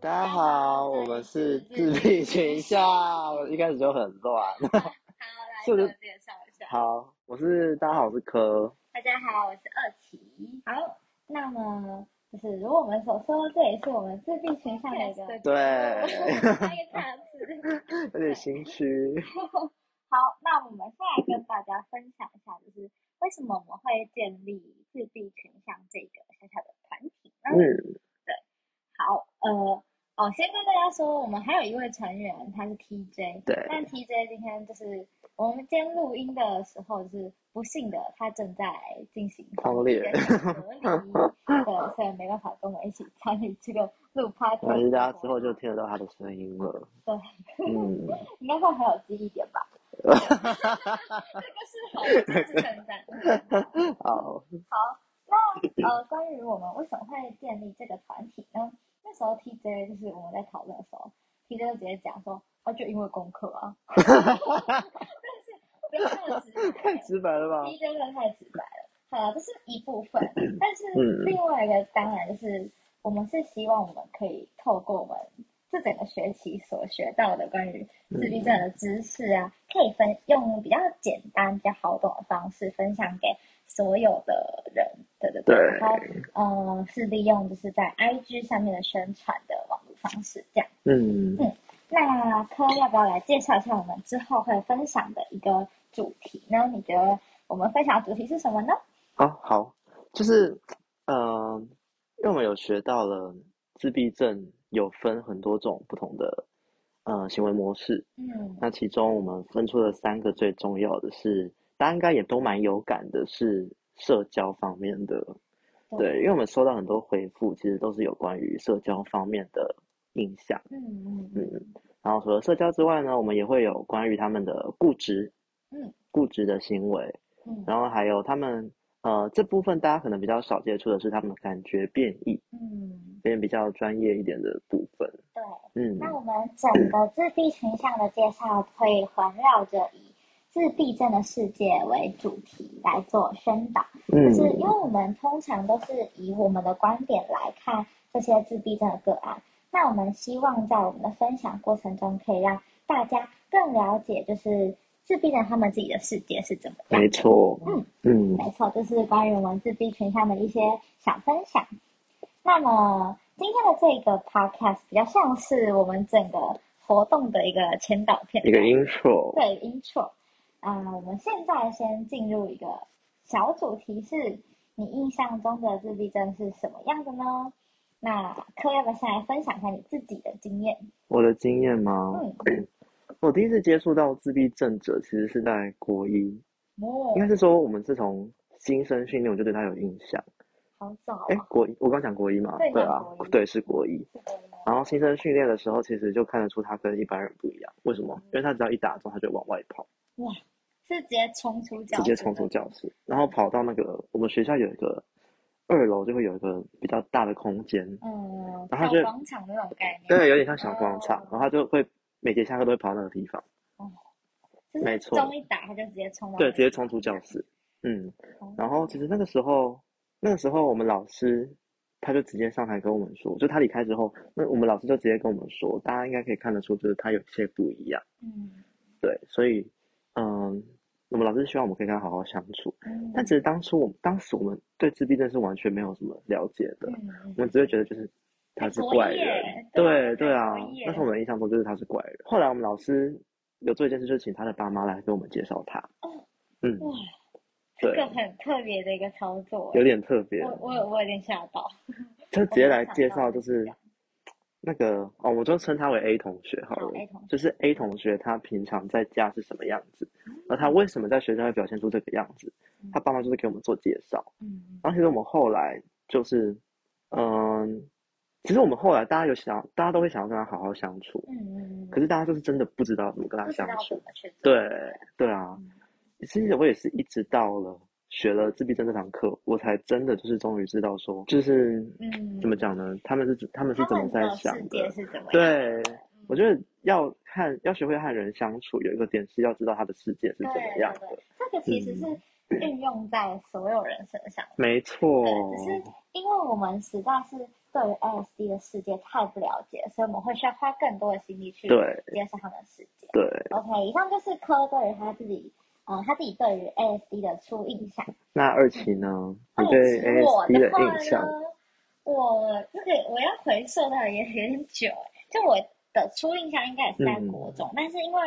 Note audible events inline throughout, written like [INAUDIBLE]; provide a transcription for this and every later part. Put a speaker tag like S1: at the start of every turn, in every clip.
S1: 大家好，我们是自闭群校。 [LAUGHS] 我一开始就很乱。
S2: 好，来
S1: 是不
S2: 自我
S1: 是
S2: 介绍一下。
S1: 好，我是大家好，我是柯。
S2: 大家好，我是二琪。好，那么就是如我们所说，这也是我们自闭群上的一个
S1: 对，
S2: 那个大字。
S1: 有点 [LAUGHS] 心虚。
S2: 好，那我们先来跟大家分享一下，就是为什么我们会建立自闭群像这个小小的团体呢？
S1: 嗯，
S2: 好，呃，哦，先跟大家说，我们还有一位成员，他是 TJ。
S1: 对
S2: 但 TJ 今天就是我们今天录音的时候，就是不幸的他正在进行
S1: 狂烈
S2: 隔
S1: [LAUGHS]
S2: 离，对，所以没办法跟我们一起参与这个录 podcast
S1: 没。关系，大家之后就听得到他的声音了。
S2: 对，
S1: 嗯，
S2: 应该会很有记忆点吧？这个是好，这是称赞。
S1: [LAUGHS] 好，
S2: 好，那呃，关于我们为什么会建立这个团体呢？那时候 TJ 就是我们在讨论的时候，TJ 就直接讲说，哦，就因为功课啊，但是不要那么直白
S1: 太直白了吧？
S2: ，TJ 真的太直白了。好了，这是一部
S1: [CLEARS THROAT]
S2: 分，但是
S1: 嗯
S2: 另外一个当然就是我们是希望我们可以透过我们这整个学期所学到的关于自闭症的知识啊，可以分用比较简单、比较好懂的方式分享给所有的人，对对
S1: 对
S2: 然后嗯，是利用就是在 IG 上面的宣传的网络方式这样。
S1: 嗯，
S2: 那科要不要来介绍一下我们之后会分享的一个主题呢？你觉得我们分享的主题是什么呢？
S1: 哦，好，就是，呃，因为我们有学到了自闭症有分很多种不同的，呃，行为模式。
S2: 嗯，
S1: 那其中我们分出了三个最重要的是，大家应该也都蛮有感的，是社交方面的。对，因为我们收到很多回复，其实都是有关于社交方面的印象。
S2: 嗯嗯
S1: 嗯，然后除了社交之外呢，我们也会有关于他们的固执，
S2: 嗯，
S1: 固执的行为，
S2: 嗯
S1: 然后还有他们呃这部分大家可能比较少接触的是他们的感觉变异，
S2: 嗯，
S1: 变比较专业一点的部分。
S2: 对。
S1: 嗯，
S2: 那我们整个自闭群像的介绍会环绕着以自闭症的世界为主题来做宣导。
S1: 嗯
S2: 就是因为我们通常都是以我们的观点来看这些自闭症的个案，那我们希望在我们的分享过程中，可以让大家更了解，就是自闭症他们自己的世界是怎么样
S1: 没
S2: 的。
S1: 错，
S2: 嗯
S1: 嗯
S2: 没错，就是关于我们自闭群上的一些小分享。那么今天的这个 podcast 比较像是我们整个活动的一个前导片，
S1: 一个 intro，
S2: 对 intro。啊、我们现在先进入一个小主题是，你印象中的自闭症是什么样的呢？那科要不要先来分享一下你自己的经验？
S1: 我的经验吗？
S2: 嗯，
S1: 我第一次接触到自闭症者其实是在国一，
S2: 哦
S1: 应，该是说我们是从新生训练我就对他有印象。
S2: 好早
S1: 哎、
S2: 啊，
S1: 国一，我刚讲国一嘛，
S2: 对
S1: 对啊
S2: 讲国，一
S1: 对，是国一。
S2: 这个呢
S1: 然后新生训练的时候，其实就看得出他跟一般人不一样。为什么？因为他只要一打钟，他就往外跑，
S2: 是直接冲出教
S1: 直接
S2: 室的，
S1: 冲出教室，然后跑到那个我们学校有一个二楼，就会有一个比较大的空间，
S2: 嗯，
S1: 然后他
S2: 小
S1: 就
S2: 广场那种概念，
S1: 对，有点像小广场
S2: 哦。
S1: 然后他就会每节下课都会跑到那个地方。
S2: 就是
S1: 没错
S2: 钟一打，他就直接冲到那
S1: 对，
S2: 里，
S1: 直接冲出教室。嗯，
S2: 哦
S1: 然后其实那个时候，那个时候我们老师他就直接上台跟我们说，就他离开之后，那我们老师就直接跟我们说，大家应该可以看得出，就是他有些不一样。
S2: 嗯
S1: 对，所以嗯，我们老师希望我们可以跟他好好相处。
S2: 嗯，
S1: 但其实当初我们当时我们对自闭症是完全没有什么了解的，
S2: 嗯嗯
S1: 我们只会觉得就是他是怪
S2: 很
S1: 人
S2: 活跃。
S1: 对
S2: 对
S1: 对啊
S2: 很活跃，
S1: 那时候我们的印象中就是他是怪人。后来我们老师有做一件事，就是请他的爸妈来给我们介绍他。嗯，
S2: 哇，这
S1: 对
S2: 个很特别的一个操作，
S1: 有点特别，
S2: 我我有我有点吓到，
S1: 就直接来介绍，就
S2: 我没有
S1: 是
S2: 想到
S1: 那个哦，我就称他为 A 同学好
S2: 好
S1: 了，
S2: 哦，A 同学
S1: 就是 A 同学他平常在家是什么样子，而他为什么在学校会表现出这个样子
S2: 嗯，
S1: 他爸妈就是给我们做介绍。
S2: 嗯嗯
S1: 然后其实我们后来就是，嗯，其实我们后来大家有想，大家都会想要跟他好好相处，
S2: 嗯嗯，
S1: 可是大家就是真的不知道怎么跟他
S2: 不知
S1: 相
S2: 道怎
S1: 处。
S2: 么去做，
S1: 对对啊
S2: 嗯，
S1: 其实我也是一直到了学了自闭症这堂课，我才真的就是终于知道说，就是
S2: 嗯，
S1: 怎么讲呢？他们是他们是
S2: 他
S1: 怎么
S2: 们
S1: 在
S2: 的
S1: 想
S2: 世界
S1: 的？
S2: 是怎么样的？
S1: 对，我觉得要看要学会和人相处，有一个点是要知道他的世界是怎么样嗯
S2: 对
S1: 的。
S2: 这个其实是运用在所有人身上。
S1: 没错，
S2: 对，只是因为我们实在是对于 LSD 的世界太不了解，所以我们会需要花更多的心力去
S1: 对
S2: 接受他们的世界。
S1: 对，
S2: OK，以上就是科对于他自己，嗯，他自己对于 LSD 的初印象。
S1: 那二期呢？
S2: 那
S1: 你
S2: 以
S1: 对
S2: 及我
S1: ASD
S2: 话
S1: 印象？
S2: 呢，我这个我要回溯到也有点久欸就我的初印象应该也是在
S1: 嗯
S2: 国中，但是因为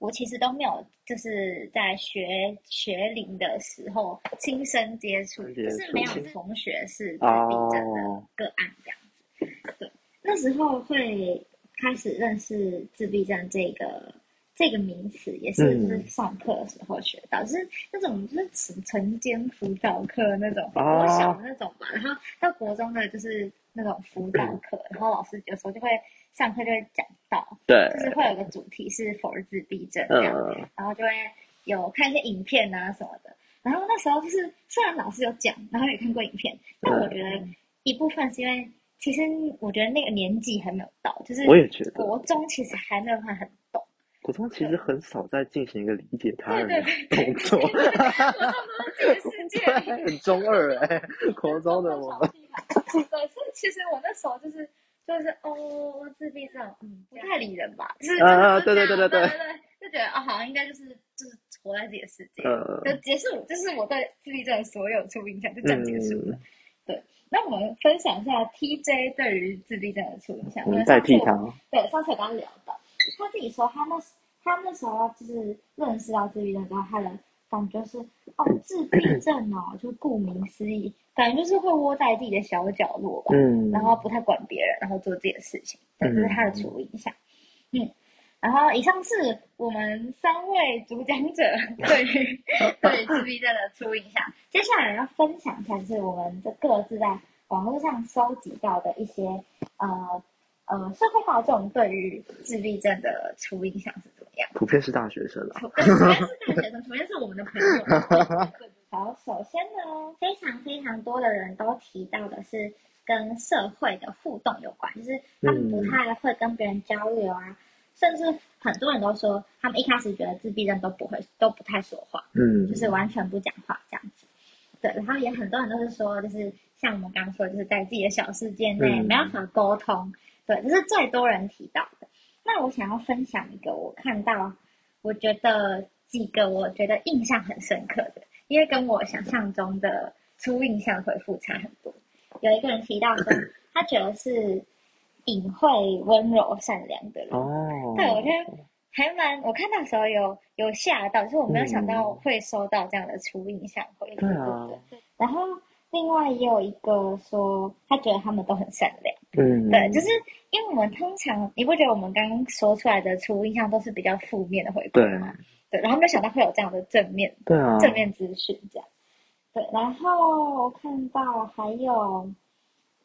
S2: 我其实都没有就是在学学龄的时候亲身接触，
S1: 亲身
S2: 就
S1: 接
S2: 是
S1: 触
S2: 没有同学是自闭症的
S1: 哦，
S2: 个案这样子。对，那时候会开始认识自闭症这个这个名词，也是
S1: 嗯
S2: 就是上课的时候学到，就是那种就是晨晨间辅导课那种，
S1: 哦
S2: 国小的那种吧，然后到国中的就是那种辅导课，然后老师有时候就会上课就会讲到，
S1: 对，
S2: 就是会有个主题是否认自闭症这样子
S1: 嗯，
S2: 然后就会有看一些影片啊什么的。然后那时候就是虽然老师有讲，然后也看过影片，但我觉得一部分是因为其实我觉得那个年纪还没有到，就是
S1: 我也觉得
S2: 国中其实还没有办法很懂。
S1: 国中其实很少在进行一个理解他
S2: 对
S1: 人
S2: 对
S1: 的动作，
S2: 这个世界
S1: 对， [LAUGHS] 很中二哎、国中的
S2: [LAUGHS]
S1: 我们，
S2: 对，所以呃其实我那时候就是就是哦，自闭症，嗯，不太理人吧，就是
S1: 啊
S2: 就是
S1: 对
S2: 这
S1: 对对
S2: 样
S1: 对
S2: 对对，就觉得啊，好像应该就是就是活在自己的世界。
S1: 呃，
S2: 就结束，就是我对自闭症的所有初印象就这样结束了。
S1: 嗯，
S2: 那我们分享一下 TJ 对于自闭症的初印象。
S1: 我们
S2: 们
S1: 嗯代替他，
S2: 对，上次有跟他聊到，他自己说他那时他那时候就是认识到自闭症之后，他的感觉是哦，自闭症哦，就顾名思义，感觉就是会窝在自己的小角落吧，
S1: 嗯，
S2: 然后不太管别人，然后做自己的事情，这、
S1: 嗯
S2: 是他的初印象。嗯，然后以上是我们三位主讲
S1: [LAUGHS]
S2: 者对于对于自闭症的初印象。接下来要分享一下，就是我们这各自在网络上收集到的一些呃呃社会大众对于自闭症的初印象是怎么样。
S1: 嗯普遍是大学生啊啦，
S2: 除对除非是大学生，除非是我们的朋友。好，首先呢，非常非常多的人都提到的是跟社会的互动有关，就是他们不太会跟别人交流啊，甚至很多人都说他们一开始觉得自闭症都不会，都不太说话，
S1: 嗯，
S2: 就是完全不讲话这样子。对，然后也很多人都是说，就是像我们刚刚说的，就是在自己的小世界内
S1: 嗯
S2: 没办法沟通，对，这是最多人提到的。那我想要分享一个我看到，我觉得几个我觉得印象很深刻的，因为跟我想象中的初印象回复差很多。有一个人提到
S1: [CLEARS THROAT]
S2: 说，他觉得是隐晦、温柔、善良的人。
S1: 哦，
S2: 对，我觉得还蛮，我看到的时候有有吓到，就是我没有想到会收到这样的初印象回复，
S1: 嗯对啊
S2: 对不对？然后另外也有一个说，他觉得他们都很善良，
S1: 嗯，
S2: 对，就是因为我们通常，你不觉得我们刚刚说出来的初印象都是比较负面的回复
S1: 对
S2: 吗？对，然后没有想到会有这样的正面
S1: 对啊，
S2: 正面资讯这样。对，然后我看到还有，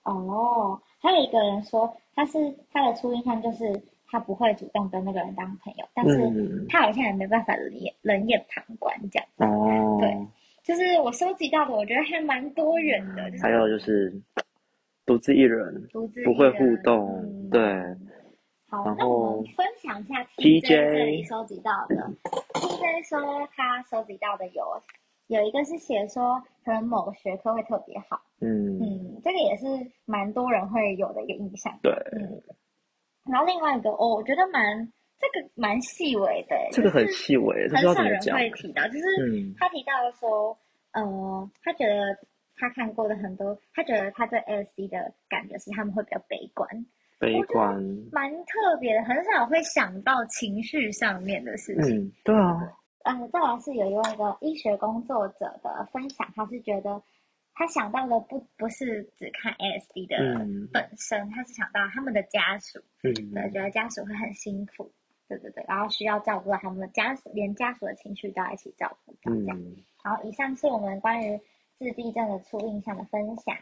S2: 哦，还有一个人说他是他的初印象就是他不会主动跟那个人当朋友，但是
S1: 嗯，
S2: 他好像也没办法冷眼冷眼旁观这样。
S1: 哦，
S2: 对就是我收集到的，我觉得还蛮多元的，就是
S1: 还有就是独自一人，
S2: 独自一
S1: 不会
S2: 人
S1: 互动
S2: 嗯
S1: 对
S2: 好
S1: 然，
S2: 那我们
S1: 后
S2: 分享一下
S1: TJ
S2: 这里收集到的。TJ 说他收集到的有有一个是写说可能某学科会特别好。
S1: 嗯，
S2: 嗯，这个也是蛮多人会有的一个印象。
S1: 对，
S2: 嗯，然后另外一个，哦，我觉得蛮这个蛮细微的，
S1: 这个很
S2: 就是
S1: 细微，这不知道
S2: 很少
S1: 怎么
S2: 人
S1: 讲，
S2: 会提到，就是
S1: 嗯
S2: 他提到说，呃，他觉得他看过的很多，他觉得他对 LSD 的感觉是他们会比较悲观，
S1: 悲
S2: 我觉得
S1: 观，
S2: 蛮特别的，很少会想到情绪上面的事情。
S1: 嗯，对啊，
S2: 嗯，再来是有一位的医学工作者的分享，他是觉得他想到的不不是只看 LSD 的
S1: 嗯
S2: 本身，他是想到他们的家属，对，
S1: 嗯，
S2: 觉得家属会很辛苦，对对对，然后需要照顾到他们的家属，连家属的情绪都要一起照顾到这样。
S1: 嗯，
S2: 好，以上是我们关于自闭症的初印象的分享。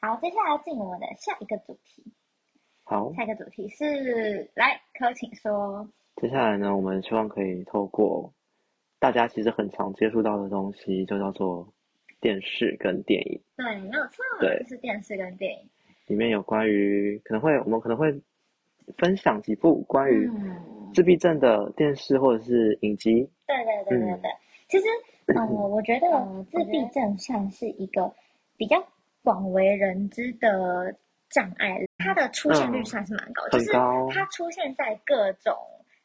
S2: 好，接下来进我们的下一个主题，
S1: 好，
S2: 下一个主题是来柯，请说。
S1: 接下来呢，我们希望可以透过大家其实很常接触到的东西，就叫做电视跟电影。
S2: 对，没有错，
S1: 对
S2: 就是电视跟电影。
S1: 里面有关于可能会我们可能会分享几部关于
S2: 嗯。
S1: 自闭症的电视或者是影集。
S2: 对对对对对，其实嗯，我觉得自闭症算是一个比较广为人知的障碍，它的出现率算是蛮高，
S1: 嗯
S2: 就
S1: 很
S2: 是
S1: 高
S2: 它出现在各种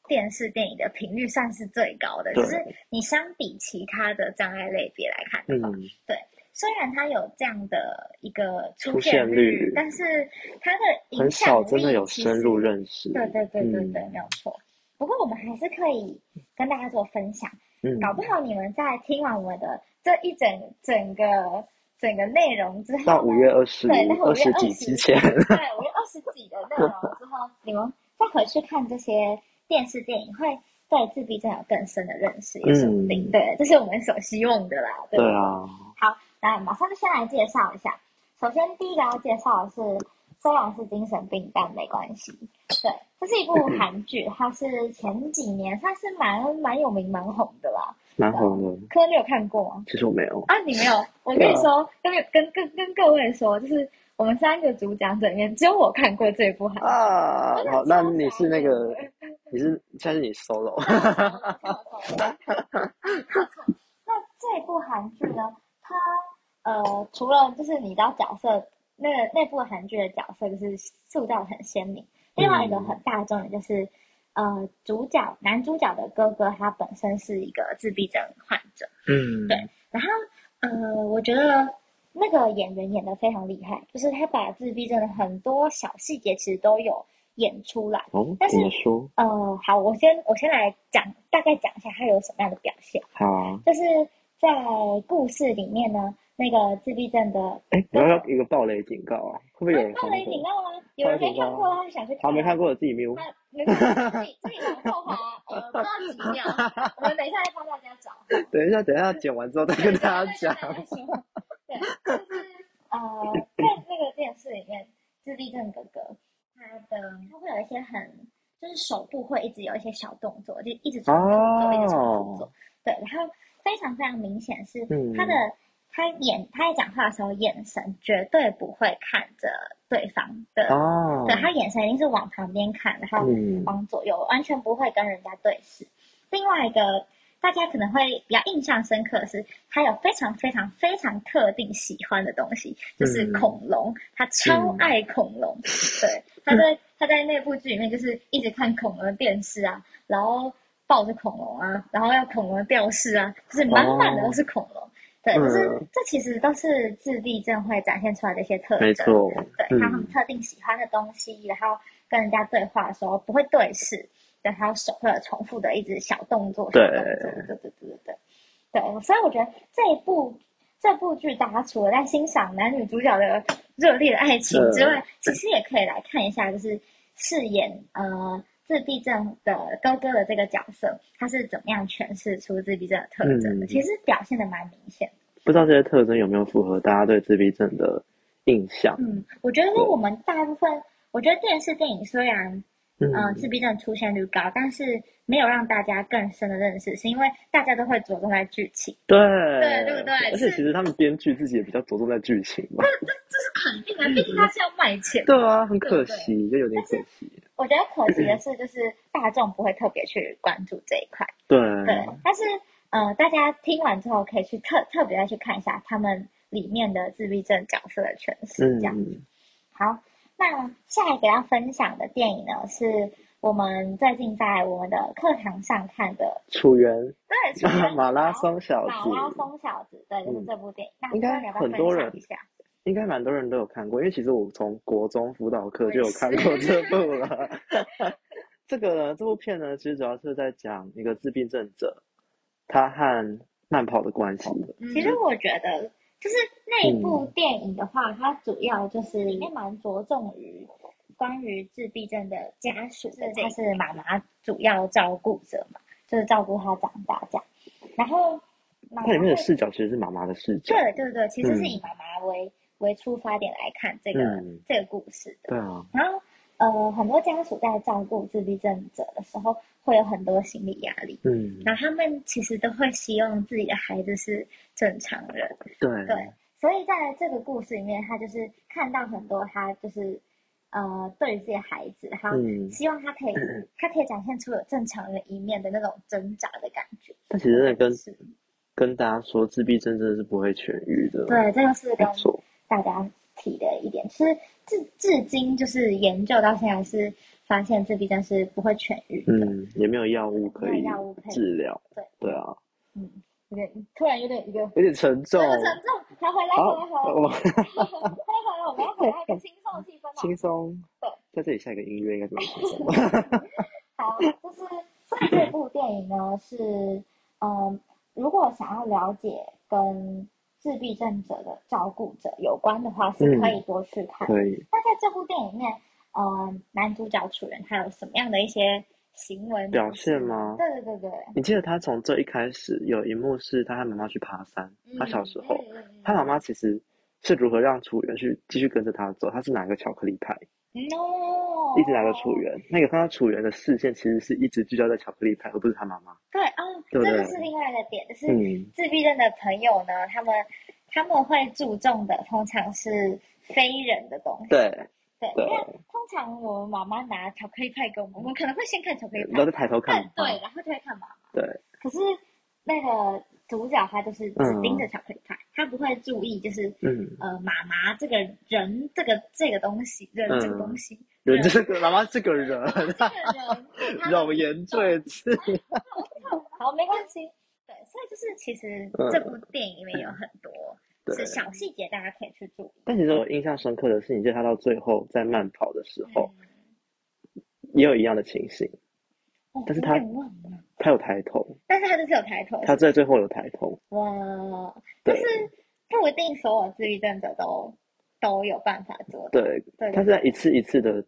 S2: 电视电影的频率算是最高的。
S1: 对
S2: 就是你相比其他的障碍类别来看的话，
S1: 嗯，
S2: 虽然它有这样的一个出
S1: 出
S2: 现
S1: 现率
S2: 但是它的影
S1: 很
S2: 响
S1: 少
S2: 力
S1: 真的有
S2: 其
S1: 深
S2: 实
S1: 入认识。
S2: 对对对对对，
S1: 嗯
S2: 没有错。不过我们还是可以跟大家做分享，
S1: 嗯，
S2: 搞不好你们在听完我们的这一整整个整个内容之后呢，
S1: 到五月二十
S2: 对到
S1: 二
S2: 5月
S1: 十几
S2: 20
S1: 之前，
S2: [LAUGHS] 对五月二十几的内容之后，你们再回去看这些电视电影，会对自闭症有更深的认识，也说不定。
S1: 嗯
S2: 对，这是我们所希望的啦，对
S1: 对
S2: 不对
S1: 啊，
S2: 好，那马上就先来介绍一下。首先，第一个要介绍的是，虽然是精神病，但没关系。对，这是一部
S1: 嗯
S2: 韩剧，它是前几年算是蛮蛮有名、蛮红的啦。
S1: 蛮红的。
S2: 柯，你有看过吗？
S1: 其实我没有，
S2: 啊，你没有？我跟你说，跟跟跟跟各位说，就是我们三个主讲者里面，只有我看过这部
S1: [LAUGHS]
S2: 韩剧。
S1: 啊
S2: 真的
S1: 好，那
S2: 超
S1: 你是
S2: 傻
S1: 那
S2: 眼
S1: 个
S2: 的
S1: [LAUGHS] 你是现在是你
S2: [LAUGHS]
S1: solo，
S2: 那这部韩剧呢，它呃，除了就是你知道角色，那个那部韩剧的角色就是塑造得很鲜明，另外一个很大的重点就是，呃，主角男主角的哥哥他本身是一个自闭症患者，
S1: 嗯，
S2: 对然后呃，我觉得那个演员演得非常厉害，就是他把自闭症的很多小细节其实都有演出来。
S1: 哦
S2: 但，是
S1: 怎么说？
S2: 呃，好，我先我先来讲，大概讲一下他有什么样的表现。
S1: 好，啊
S2: 就是在故事里面呢，那个自闭症的，
S1: 哎，你要不要一个暴雷警告啊？会不会有人
S2: 他
S1: 看
S2: 雷警
S1: 过？
S2: 告吗？啊有人没看过的话，想去
S1: 好，
S2: 看，
S1: 没看过的自己 mute。
S2: 他没看过，自己自己往后滑，呃，不知道几秒，我们等一下再帮大家找。
S1: 等一下，等一下剪完之后再跟大家讲。
S2: 对，就是呃，在那个电视里面，自闭症哥哥他的他会有一些很，就是手部会一直有一些小动作，就一直重复做，一直重复做。对，然后非常非常明显是
S1: 哦嗯
S2: 他的、他眼他在讲话的时候，眼神绝对不会看着对方的，
S1: 哦，
S2: 对哦他眼神一定是往旁边看，然后
S1: 嗯，
S2: 往左右，完全不会跟人家对视。另外一个大家可能会比较印象深刻的是，他有非常非常非常特定喜欢的东西，就是
S1: 嗯
S2: 恐龙，他超爱恐龙。对，
S1: 嗯
S2: 他在他在那部剧里面就是一直看恐龙的电视啊，然后抱着恐龙啊，然后要恐龙的吊饰啊，就是满满的都是恐龙。对，
S1: 嗯
S2: 就是这其实都是自闭症会展现出来的一些特征。
S1: 没错，
S2: 对，
S1: 嗯
S2: 他们特定喜欢的东西，然后跟人家对话的时候不会对视，然后手会有重复的一直小动作，小
S1: 对
S2: 动作，对对对对对，对，所以我觉得这一部这部剧，大家除了在欣赏男女主角的热烈的爱情
S1: 嗯
S2: 之外，其实也可以来看一下，就是饰演呃自闭症的哥哥的这个角色，他是怎么样诠释出自闭症的特征的，
S1: 嗯
S2: 其实表现的蛮明显的。
S1: 不知道这些特征有没有符合大家对自闭症的印象？
S2: 嗯，我觉得我们大部分，我觉得电视电影虽然
S1: 嗯，
S2: 呃，自闭症出现率高，但是没有让大家更深的认识，是因为大家都会着重在剧情，
S1: 对，
S2: 对对不对
S1: 而且
S2: 是
S1: 其实他们编剧自己也比较着重在剧情嘛。
S2: 这是肯定的，毕竟它是要卖钱。
S1: 对啊，很可
S2: 对
S1: 惜，就有点可惜。
S2: 我觉得可惜的
S1: 嗯
S2: 是，就是大众不会特别去关注这一块，
S1: 对，
S2: 对。
S1: 嗯
S2: 但是呃，大家听完之后可以去特特别再去看一下他们里面的自闭症角色的诠释，这样。
S1: 嗯，
S2: 好，那下一个要分享的电影呢，是我们最近在我们的课堂上看的，
S1: 楚原
S2: 对，楚
S1: [LAUGHS]
S2: 原
S1: 马拉松小
S2: 马拉
S1: 子嗯
S2: 松小子，对，就是这部电影。那
S1: 应该
S2: 不知道你要不要
S1: 很多人
S2: 分享一下，
S1: 应该蛮多人都有看过，因为其实我从国中辅导课
S2: 我也
S1: 就有看过
S2: 是
S1: 这
S2: [LAUGHS]
S1: 部了。这个呢，这部片呢，其实主要是在讲一个自闭症者，他和慢跑的关系。
S2: 嗯其实我觉得，就是那一部
S1: 嗯
S2: 电影的话，它主要就是里面蛮着重于关于自闭症的家属，就是他是妈妈主要照顾者嘛，就是照顾他长大这样。然后妈
S1: 它
S2: 妈
S1: 里面
S2: 会
S1: 的视角其实是妈妈的视角。
S2: 对对对，其实是以
S1: 嗯
S2: 妈妈为、为出发点来看这个、
S1: 嗯
S2: 这个故事的。
S1: 对啊，
S2: 然后呃，很多家属在照顾自闭症者的时候，会有很多心理压力。
S1: 嗯，
S2: 然后他们其实都会希望自己的孩子是正常人，
S1: 对，
S2: 对，所以在这个故事里面，他就是看到很多他就是呃对于自己的孩子，然后
S1: 嗯，
S2: 希望他可以、他可以展现出有正常人一面的那种挣扎的感觉。
S1: 但其实那跟
S2: 是
S1: 跟大家说，自闭症真的是不会痊愈的。
S2: 对，这个是
S1: 没
S2: 跟
S1: 错，
S2: 大家提的一点，是至至今就是研究到现在是发现自闭症是不会痊愈的。
S1: 嗯，也没有药物可
S2: 没
S1: 以
S2: 有药物可以
S1: 治疗。
S2: 对
S1: 对啊，
S2: 嗯，有点突然有点一个
S1: 有点沉重
S2: 这。个沉重，好回来
S1: 好
S2: 回来回来，
S1: 我们 [LAUGHS]
S2: 回来回来，我们要回来一个轻松的气氛
S1: 轻松
S2: 对，
S1: 在这里下一个音乐应该怎么轻松？
S2: 好，呃就是所以这部电影呢是，嗯，如果想要了解跟自闭症者的照顾者有关的话，
S1: 嗯
S2: 是可以多去看。
S1: 可以，
S2: 那在这部电影里面，嗯，男主角楚人他有什么样的一些行为模式
S1: 表现吗
S2: 对对对对，
S1: 你记得他从最一开始有一幕是他和妈妈去爬山，他小时候，
S2: 嗯，嗯嗯
S1: 他妈妈其实是如何让楚原去继续跟着他走？他是拿个巧克力派，
S2: no，
S1: 一直拿着楚原。那个看到楚原的视线其实是一直聚焦在巧克力派，而不是他妈妈。
S2: 对啊，这
S1: 对不对
S2: 个是另外一个点，就是
S1: 嗯，
S2: 自闭症的朋友呢，他们他们会注重的通常是非人的东西。
S1: 对
S2: 对，
S1: 对
S2: 因为通常我们妈妈拿巧克力派给我们，我们可能会先看巧克力
S1: 然后再
S2: 派，
S1: 抬头嗯看
S2: 看
S1: 他。
S2: 对，然后就会看妈妈。
S1: 对，
S2: 可是那个主角他就是只盯着巧克力派，他不会注意就是
S1: 嗯，
S2: 呃妈妈这个人这个这个东西人
S1: 嗯
S2: 这个东西。
S1: 人这个 [LAUGHS] 妈妈这个人，
S2: 这个人，他
S1: 老言赘 [LAUGHS] 字。
S2: 好，没关系。对，所以就是其实
S1: 嗯
S2: 这部电影里面有很多
S1: [LAUGHS] 对
S2: 是小细节，大家可以去注意。
S1: 但其实我印象深刻的是，你记得他到最后在慢跑的时候，
S2: 嗯
S1: 也有一样的情形，
S2: 哦
S1: 但是
S2: 我
S1: 他
S2: 有点忘了，
S1: 他有抬头，
S2: 但是他就是有抬头，
S1: 他在最后有抬头。
S2: 哇，但
S1: 对
S2: 是不一定所有自闭症者都都有办法做到。
S1: 对，
S2: 对，
S1: 他是在一次一次的，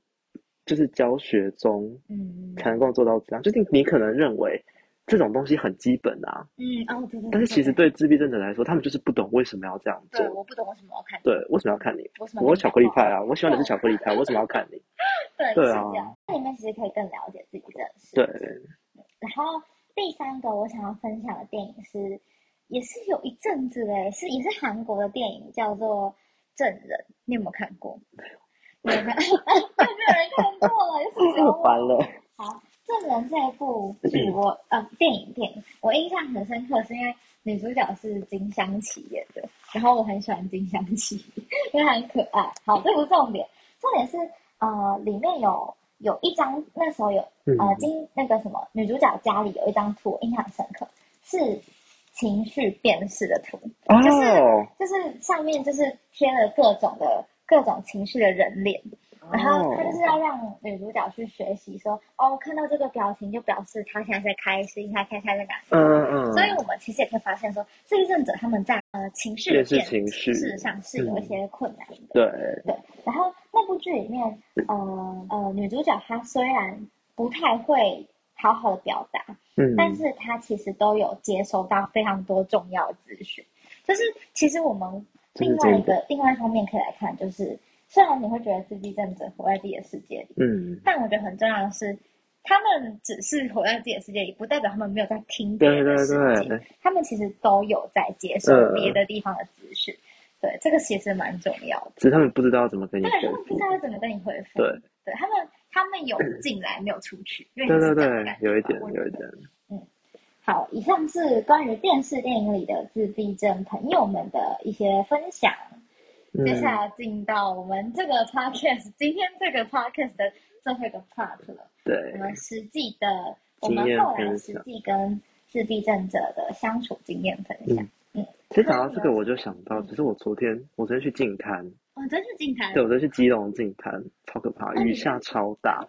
S1: 就是教学中
S2: 嗯
S1: 才能够做到这样。就是你可能认为这种东西很基本啊，
S2: 嗯哦对对，
S1: 但是其实
S2: 对
S1: 对自闭症者来说，他们就是不懂为什么要这样
S2: 对，
S1: 做。
S2: 我不懂为什么要看，
S1: 对，为什么要看你？
S2: 为什么
S1: 我有巧克力派
S2: 啊？
S1: 啊，我喜欢的是巧克力派，我为什么要看
S2: [LAUGHS]
S1: 你？
S2: 对，
S1: 对
S2: 是
S1: 啊
S2: 这样。那里面其实可以更了解自闭症。
S1: 对，
S2: 然后第三个我想要分享的电影是，也是有一阵子的，是也是韩国的电影，叫做《证人》，你有没有看过？没有看，有没有人看过了？又是只有我
S1: 完了，
S2: 好，《证人》这一部剧我，呃电影电影，我印象很深刻，是因为女主角是金湘琪演的，然后我很喜欢金湘琪， [LAUGHS] 因为她很可爱。好，这不是重点，重点是呃里面有有一张那时候有
S1: 嗯，
S2: 呃金那个什么女主角家里有一张图，我印象很深刻，是情绪辨识的图，就是
S1: 哦，
S2: 就是上面就是贴了各种的各种情绪的人脸，然
S1: 哦
S2: 后哦他就是要让女主角去学习说，哦，看到这个表情就表示他现在在开心，他现在在感
S1: 嗯嗯
S2: 所以我们其实也可以发现说，自闭症者他们在呃情绪
S1: 也
S2: 的
S1: 是情绪嗯
S2: 事实上是有一些困难的。
S1: 对，
S2: 然后那部剧里面，呃呃，女主角她虽然不太会好好的表达，
S1: 嗯，
S2: 但是她其实都有接收到非常多重要的资讯。就是其实我们
S1: 这是
S2: 另外一
S1: 真的
S2: 个另外一方面可以来看，就是虽然你会觉得自闭症者活在自己的世界里。
S1: 嗯，
S2: 但我觉得很重要的是，他们只是活在自己的世界里，不代表他们没有在听别
S1: 对对
S2: 人的世界，
S1: 对，嗯
S2: 他们其实都有在接受别的地方的资讯。对，这个其实蛮重要的。
S1: 只是他们不知道怎么跟你
S2: 对，他
S1: 回
S2: 们不
S1: 复
S2: 知。道要怎么跟你回复。
S1: 对，
S2: 对他们，他们有进来没有出去，因为
S1: 对
S2: 是
S1: 对
S2: 这样的
S1: 对
S2: 感，觉
S1: 有一
S2: 吧
S1: 点
S2: 我，觉
S1: 有一
S2: 得
S1: 点，
S2: 好，以上是关于电视电影里的自闭症朋友们的一些分享。
S1: 嗯
S2: 接，下来进到我
S1: [LAUGHS]
S2: 们这个 podcast，今天这个 podcast 的最后一个 part 了。我
S1: 嗯对，
S2: 们实际的，我
S1: 经
S2: 们
S1: 验
S2: 后来
S1: 分
S2: 实
S1: 享
S2: 际跟自闭症者的相处经验分
S1: 嗯
S2: 享。
S1: 其实讲到这个，我就想到，
S2: 嗯
S1: 其实我昨天我昨天去净滩，
S2: 哦，真是近台
S1: 对，我昨天去基隆净滩，超可怕，
S2: 那你
S1: 雨下超大。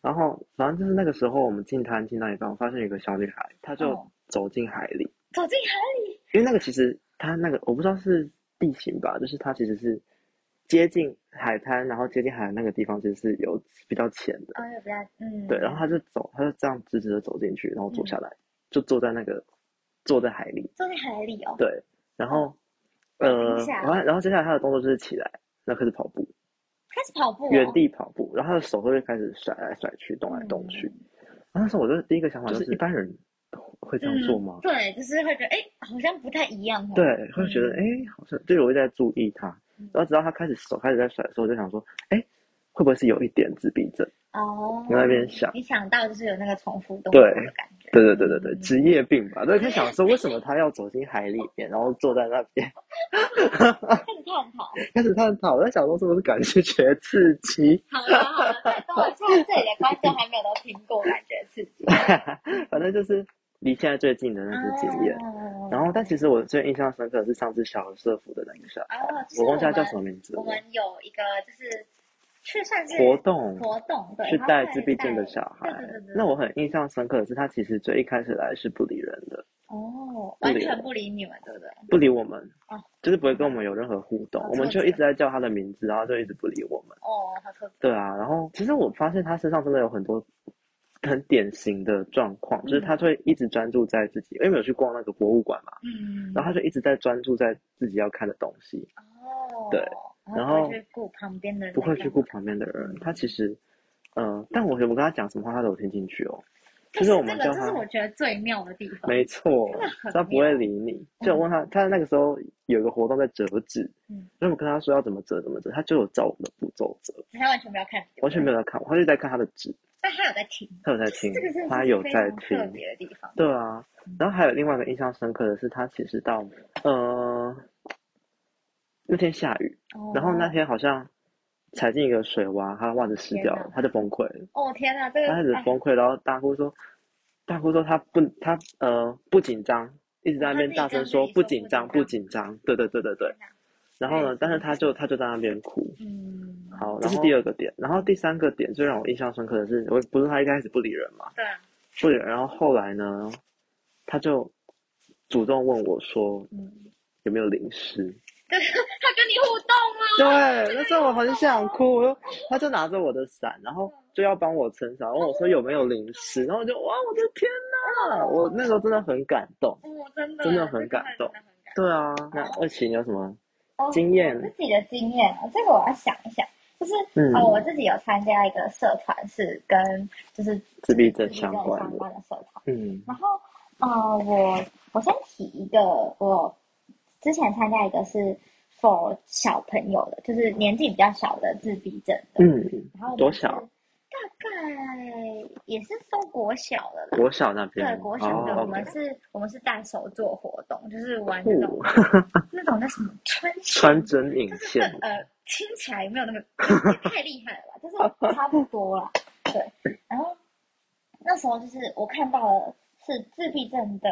S1: 然后反正就是那个时候，我们进滩进到一半，我发现有个小女孩，她就
S2: 哦
S1: 走进海里，
S2: 走进海里，
S1: 因为那个其实它那个我不知道是地形吧，就是它其实是接近海滩，然后接近海的那个地方其实是有比较浅的，
S2: 哦，又比较嗯，
S1: 对，然后她就走，她就这样直直的走进去，然后坐下来，就坐在那个坐在海里，
S2: 走进海里哦，
S1: 对，然后，呃，
S2: 停下
S1: 然后然后接下来他的动作就是起来，然后开始跑步，
S2: 开始跑步、哦，
S1: 原地跑步，然后他的手会开始甩来甩去，动来动去。
S2: 嗯
S1: 然后那时候我就第一个想法就是，一般人会这样做吗
S2: 嗯？？对，就是会觉得哎，好像不太一样哦。
S1: 对，会觉得
S2: 嗯
S1: 哎，好像就是我一直在注意他
S2: 嗯，
S1: 然后直到他开始手开始在甩的时候，我就想说，哎，会不会是有一点自闭症？
S2: 哦，
S1: 我那边想
S2: 你想到就是有那个重复动作
S1: 对
S2: 的感觉，
S1: 对对对对对，
S2: 嗯
S1: 职业病吧。对，就想说为什么他要走进海里面，然后坐在那边
S2: 开始探讨。
S1: 开始探讨？我在想说是不是感觉觉得刺激？
S2: 好了好了，
S1: [LAUGHS]
S2: 拜托，现在这里的观众还没有都听过，感觉刺激。
S1: 反正就是离现在最近的那只经验。
S2: 啊
S1: 然后，但其实我最印象深刻的是上次小社服的那个小孩，
S2: 哦，就是
S1: 我忘记他
S2: 我们
S1: 叫什么名字
S2: 我
S1: 了。
S2: 们有一个就是去算是
S1: 活动
S2: 活动，对，
S1: 是
S2: 然后
S1: 带
S2: 后来
S1: 自闭症的
S2: 带
S1: 小孩
S2: 对对对对，
S1: 那我很印象深刻的是，他其实最一开始来是不理人的，
S2: 哦，
S1: 不理
S2: 完全
S1: 我
S2: 不理你们，对不对？
S1: 不理我们
S2: 哦，
S1: 就是不会跟我们有任何互动
S2: 好，
S1: 我们
S2: 挫
S1: 就
S2: 折
S1: 一直在叫他的名字，然后就一直不理我们。
S2: 哦，好特别。
S1: 对啊，然后其实我发现他身上真的有很多很典型的状况，就是他会一直专注在自己，因为没有去逛那个博物馆嘛，
S2: 嗯，
S1: 然后他就一直在专注在自己要看的东西，
S2: 哦，
S1: 对，然
S2: 然
S1: 后
S2: 后不会去顾旁边的人，
S1: 不会去顾旁边的人。他其实，嗯，但我有跟他讲什么话，他都有听进去哦。就
S2: 这
S1: 是是我们
S2: 这
S1: 叫
S2: 个，这是
S1: 他
S2: 我觉得最妙的地方。
S1: 没错
S2: 真的，很
S1: 他不
S2: 妙
S1: 会理你。就我问他，他那个时候有个活动在折纸，
S2: 嗯
S1: 那我跟他说要怎么折怎么折，他就有照我们的步骤折，
S2: 他完全不要看，
S1: 完全没
S2: 有。
S1: 有在看我，他就在看他的纸，
S2: 但他有在听，
S1: 他有在听
S2: 这个真，的
S1: 他
S2: 是
S1: 有
S2: 非
S1: 在
S2: 常
S1: 听
S2: 特，别嗯的地方。
S1: 对啊。然后还有另外一个印象深刻的是，他其实到，呃，那天下雨，
S2: 哦
S1: 然后那天好像踩进一个水洼，他的袜子湿
S2: 天
S1: 掉
S2: 哪
S1: 了，他就崩溃了，
S2: 哦天哪，这个
S1: 他开始
S2: 哎
S1: 崩溃，然后大哭说，大哭说他不，他呃不紧张，一直在那边大声说
S2: 哦他自己跟自己说
S1: 不紧张，
S2: 不
S1: 不
S2: 紧
S1: 紧张，对对对对对
S2: 天。啊哪
S1: 然后呢，但是他就他就在那边哭。
S2: 嗯，
S1: 好，这是第二个点。然后第三个点最让我印象深刻的是，我不是他一开始不理人嘛，
S2: 对啊，
S1: 不理人，然后后来呢，他就主动问我说
S2: 嗯，
S1: 有没有零食。
S2: 对， [LAUGHS] 他跟你互动吗？
S1: [LAUGHS] 对，那时候我很想哭，我就他就拿着我的伞，然后就要帮我撑伞，问我说有没有零食，然后我就哇，我的天哪！我那时候真的很感动。
S2: 哦，真的
S1: 真的很感动
S2: 真的很感
S1: 对啊，那二琪你有什么？
S2: 动。
S1: 经验
S2: 哦我自己的经验啊，这个我要想一想。就是、
S1: 嗯
S2: 哦，我自己有参加一个社团，是跟就是
S1: 自闭
S2: 就是
S1: 症相关的
S2: 相关的社团。
S1: 嗯
S2: 然后，呃，我我先提一个，我之前参加一个是 for 小朋友的，就是年纪比较小的自闭症的。
S1: 嗯，
S2: 然后我们
S1: 多
S2: 是
S1: 小？
S2: 大概也是收国小的啦。
S1: 国小那边
S2: 对，国小的、
S1: 哦
S2: 我们
S1: OK
S2: 是，我们是带手做活动，就是玩那种
S1: 酷， [LAUGHS]
S2: 那种叫什么穿线
S1: 穿针引
S2: 就是
S1: 线
S2: 很，呃，听起来没有那么也太厉害了吧，就
S1: [LAUGHS]
S2: 是差不多啦。对，然后那时候就是我看到了是自闭症的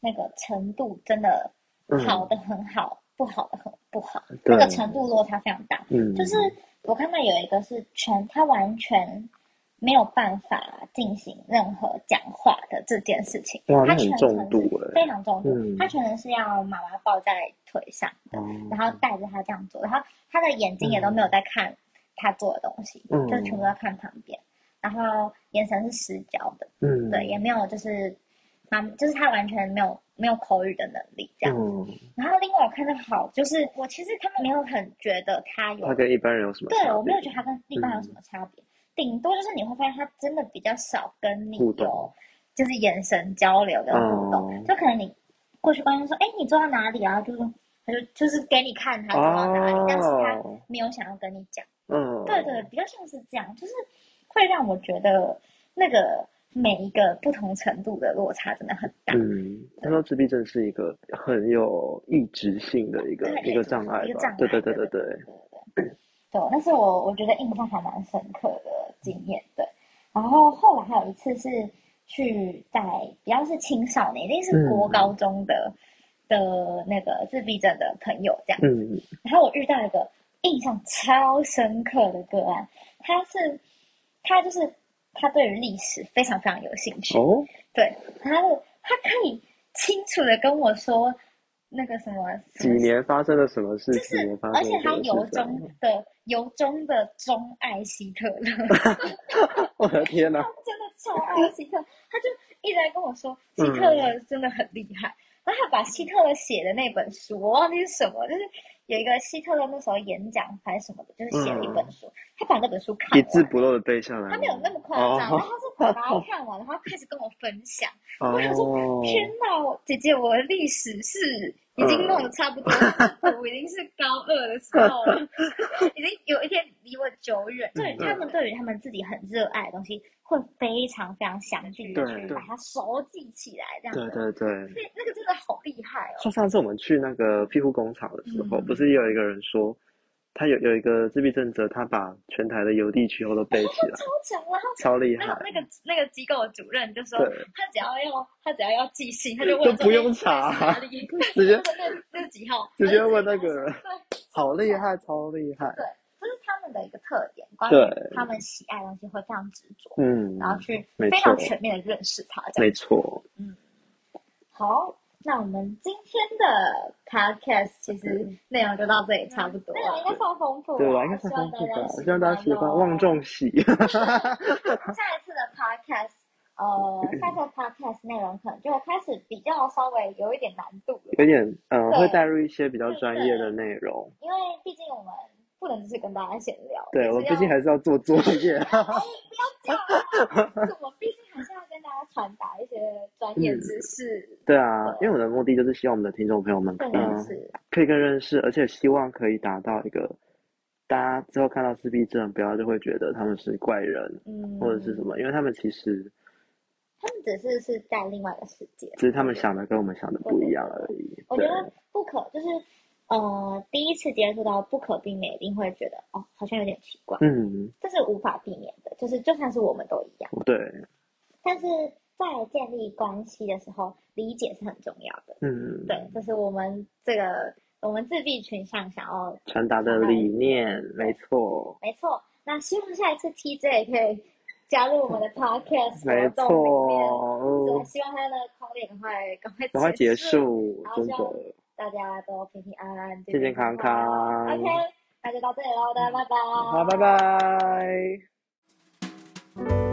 S2: 那个程度，真的
S1: 嗯
S2: 好的很好，不好的很不好，
S1: 对
S2: 那个程度落差非常大。
S1: 嗯，
S2: 就是我看到有一个是全，他完全没有办法进行任何讲话的这件事情，
S1: 哇，
S2: 他
S1: 那很
S2: 全
S1: 重
S2: 程
S1: 度哎、
S2: 非常重度，
S1: 嗯
S2: 他全程是要妈妈抱在腿上的。然
S1: 哦，
S2: 后带着他这样做，然后他的眼睛也都没有在看他做的东西，
S1: 嗯
S2: 就是全部都在看旁边，然后眼神是死角的，
S1: 嗯，
S2: 对，也没有就是妈，就是他完全没有没有口语的能力这样。
S1: 嗯，
S2: 然后另外我看到好，就是我其实他们没有很觉得他有，
S1: 他跟一般人有什么
S2: 对
S1: 差别？嗯
S2: 我没有觉得他跟另外有什么差别，顶多就是你会发现他真的比较少跟你
S1: 互动
S2: 有就是眼神交流跟互动，
S1: 哦
S2: 就可能你过去关心说，哎，你做到哪里啊？就是他就就是给你看他做到哪里，但是他
S1: 哦，
S2: 没有想要跟你讲。
S1: 嗯，
S2: 对对，比较像是这样，就是会让我觉得那个每一个不同程度的落差真的很大。
S1: 嗯，他说自闭症是一个很有意志性的一个
S2: 对
S1: 一个障碍
S2: 一个
S1: 吧
S2: 障碍？
S1: 对对对
S2: 对
S1: 对对，
S2: 对对对，对，那是我我觉得印象还蛮深刻的经验。对，然后后来还有一次是去在比较是青少年，一定是国
S1: 嗯
S2: 高中的、的那个自闭症的朋友这样。
S1: 嗯
S2: 然后我遇到一个印象超深刻的个案，他是他就是他对于历史非常非常有兴趣，
S1: 哦，
S2: 对，然后他可以清楚的跟我说那个什么
S1: 几
S2: 什么
S1: 年发生了什么事？
S2: 就
S1: 几
S2: 是
S1: 年发，
S2: 而
S1: 生
S2: 且
S1: 了什么
S2: 他由
S1: 事啊这样？
S2: 衷的由衷的钟爱希特勒，
S1: [LAUGHS] 我的天哪、
S2: 他真的超爱希特勒，他就一直在跟我说希
S1: 嗯
S2: 特勒真的很厉害。然后他把希特勒写的那本书，我忘记是什么，就是有一个希特勒那时候演讲还是什么的，就是写了一本书，他把那本书看
S1: 嗯一字
S2: 完，
S1: 不漏的背下来吗，
S2: 他没有那么夸张，
S1: 哦
S2: 但他是把它看完，然后开始跟我分享。我
S1: [LAUGHS]
S2: 想
S1: 哦嗯
S2: 说，，天哪，我姐姐，我的历史是已经弄得差不多了，我已经是高二的时候了，已经有一点离我久远。对，
S1: 嗯
S2: 他们对于他们自己很热爱的东西，会非常非常详尽的
S1: 对
S2: 去
S1: 对
S2: 把它熟记起来，这样
S1: 对
S2: 子。
S1: 对对。
S2: 那那个真的好厉害哦！
S1: 像上次我们去那个庇护工厂的时候，
S2: 嗯
S1: 不是有一个人说，他有有一个自闭症者，他把全台的邮递区后都背起来，
S2: 超强，然后
S1: 超厉害
S2: [LAUGHS] 那。那个那个机构的主任就说，
S1: 对，
S2: 他只要要他只要要寄信，他就问
S1: 就
S2: 说
S1: 不用
S2: 哎
S1: 查
S2: 这是哪里，
S1: 直接
S2: 那那那是几号，
S1: 直接
S2: 他就
S1: 问那个人
S2: 对，
S1: 好厉害，超厉害。
S2: 这是他们的一个特点，关
S1: 对
S2: 于他们喜爱的东西会非常执着，
S1: 嗯，
S2: 然后去
S1: 没
S2: 非常
S1: 错
S2: 全面的认识它。这
S1: 没
S2: 样
S1: 错，
S2: 好，那我们今天的 podcast 其实内容就到这里差不多
S3: 内容应
S2: 了。
S3: 该算丰富
S1: 对，我
S3: 吧？
S1: 应该算丰富吧，
S2: 希
S1: 希望
S2: 望
S1: 大家
S2: 大家
S1: 喜
S2: 喜
S1: 欢
S2: 欢
S1: 《
S2: 哦
S1: 望重喜》
S2: 下一次的 podcast，呃，
S1: [LAUGHS]
S2: 下一次的 podcast 内容可能就会开始比较稍微有一点难度了，
S1: [LAUGHS] 有点嗯，
S2: 对
S1: 会带入一些比较专业的内容。
S2: 因为毕竟我们不能只是跟大家闲聊，
S1: 对，
S2: 也
S1: 我
S2: 是
S1: 们
S2: 要
S1: 毕竟还是要做作
S2: [LAUGHS]
S1: 业。
S2: 我们 [LAUGHS] 毕竟还 [LAUGHS] 是要跟大家传达一些专业知识，
S1: 对啊，因为我的目的就是希望我们的听众朋友们，
S2: 更认
S1: 嗯，
S2: 识。
S1: 可以更认识，而且希望可以达到一个，大家之后看到自闭症，不要就会觉得他们是怪人
S2: 嗯，
S1: 或者是什么，因为他们其实
S2: 他们只是是在另外一个世界。
S1: 只是他们想的跟我们想的不一样而已。
S2: 我觉
S1: 对，
S2: 得不可就是呃，第一次接触到不可避免，一定会觉得哦，好像有点奇怪，
S1: 嗯，
S2: 这是无法避免的，就是就算是我们都一样。
S1: 对，
S2: 但是在建立关系的时候，理解是很重要的。
S1: 嗯，
S2: 对，这是我们这个我们自闭群上想要
S1: 传达的理念，没错，
S2: 没错，那希望下一次 TJ 也可以加入我们的 podcast
S1: 没
S2: 活动里面。
S1: 错嗯
S2: 对，，希望他的狂烈赶快赶快
S1: 赶快结
S2: 束，
S1: 束，真
S2: 好
S1: 的。
S2: 大家都平平安安、
S1: 健健康康
S2: OK，那就到这里喽，大家拜拜。
S1: 好，拜拜。